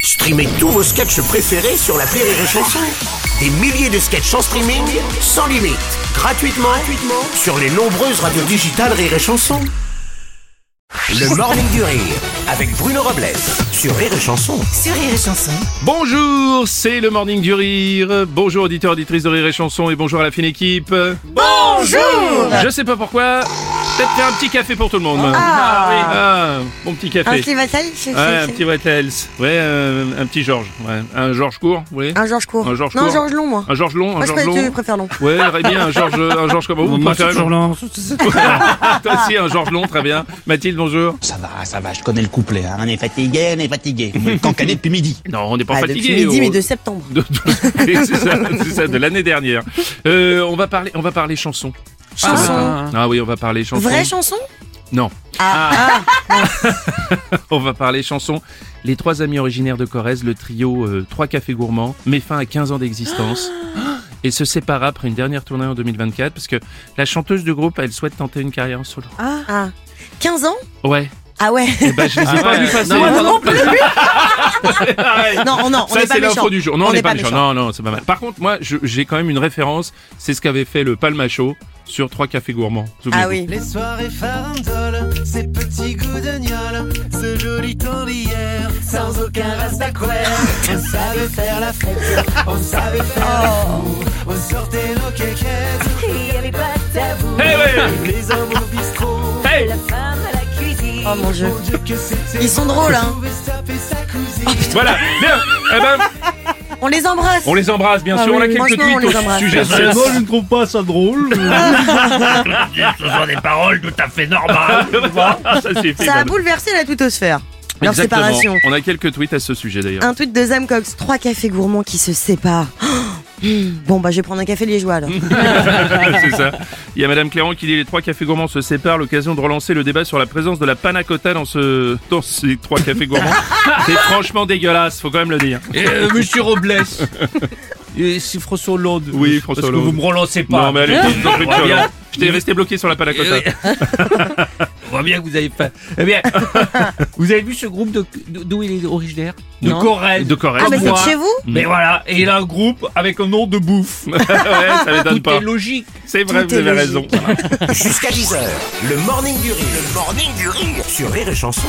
Streamez tous vos sketchs préférés sur la Rire et Chanson. Des milliers de sketchs en streaming, sans limite, gratuitement, gratuitement sur les nombreuses radios digitales Rire et Chanson. Le Morning du Rire avec Bruno Robles sur Rire et Chanson. sur Rire et Chanson. Bonjour, c'est le Morning du Rire. Bonjour auditeurs, auditrices de Rire et Chanson et bonjour à la fine équipe. Bonjour Je sais pas pourquoi, peut-être faire un petit café pour tout le monde. Ah, bon petit café. Un petit Vatel c'est- Ouais, c'est- un petit White Hells. Ouais, euh, un petit Georges. Ouais. Un Georges court, vous voulez c'est- un Georges court. Un Georges non, court. un Georges long, moi. Un Georges long, moi, un je Georges crois que tu long. préfères long. Ouais, très bien, un Georges, un Georges comment vous Moi, préférez c'est toujours long lent. Toi aussi, un Georges long, très bien. Mathilde, bonjour. Ça va, ça va, je connais le couplet. Hein. On est fatigué, on est fatigué. On est cancané depuis midi. Non, on n'est pas Ah, fatigué. oh. depuis midi, on- mais de septembre. de- de- c'est ça, c'est ça, de l'année dernière. Euh, on va parler, on va parler chansons. Chanson. Ah oui, on va parler chansons. Vraie chanson Non. Ah, On va parler chansons. Les trois amis originaires de Corrèze, le trio euh, Trois Cafés Gourmands, met fin à 15 ans d'existence et se sépara après une dernière tournée en 2024 parce que la chanteuse du groupe, elle souhaite tenter une carrière en solo. ah. ah. 15 ans Ouais. Ah ouais. Eh ben, je les ai pas vus passer. Moi non, plus Non, non, on Ça, n'est pas c'est méchants. l'info du jour. Non, On on n'est n'est pas pas méchant. Non, non, c'est pas mal. Par contre, moi, je- j'ai quand même une référence. C'est ce qu'avait fait le Palmacho sur Trois Cafés Gourmands. Ah Souvenez-vous. oui. Les soirées farandoles, ces petits goûts de gnôle, ce joli temps d'hier, sans aucun rastaquaire. On savait faire la fête, on savait faire le fou, on sortait nos quéquettes. Oh. Ah, Il n'y avait pas de tabou. Eh ouais. eh, Les hommes au bistrot, Hey. La femme à la cuisine. Oh mon dieu. mon Dieu que c'était Ils sont drôles, hein. On pouvait se taper sa cousine. Voilà. Bien. Eh ben, On les embrasse. on les embrasse, bien Ah sûr. oui, on a quelques franchement, on tweets les au embrasse. sujet. moi, je ne trouve pas ça drôle. Ah, ça suffit, Ça a madame. bouleversé la twittosphère. Leur Exactement. séparation. On a quelques tweets à ce sujet d'ailleurs. Un tweet de Zam Cox, trois cafés gourmands qui se séparent. Bon bah je vais prendre un café liégeois alors. c'est ça. Il y a Madame Cléron qui dit les trois cafés gourmands se séparent, l'occasion de relancer le débat sur la présence de la panna cotta dans, ce, dans ces trois cafés gourmands. C'est franchement dégueulasse, faut quand même le dire. Euh, Monsieur Robles. Et c'est François Hollande. Oui, François Parce que Hollande. vous me relancez pas. Non mais allez, je t'en prie, On voit Hein bien- Hollande. Je t'ai resté bloqué sur la panna cotta. on voit bien que vous avez fait. Eh bien, vous avez vu ce groupe de- de- d'où il est originaire De Corrèze. De Corrèze. Ah mais c'est de moi. chez vous Mais voilà, et il a un groupe avec un nom de bouffe. ouais, ça m'étonne Tout pas. est logique. C'est vrai, tout vous est avez logique. raison. Jusqu'à 10h, le Morning du Rire, le Morning du Rire sur Rire et Chanson.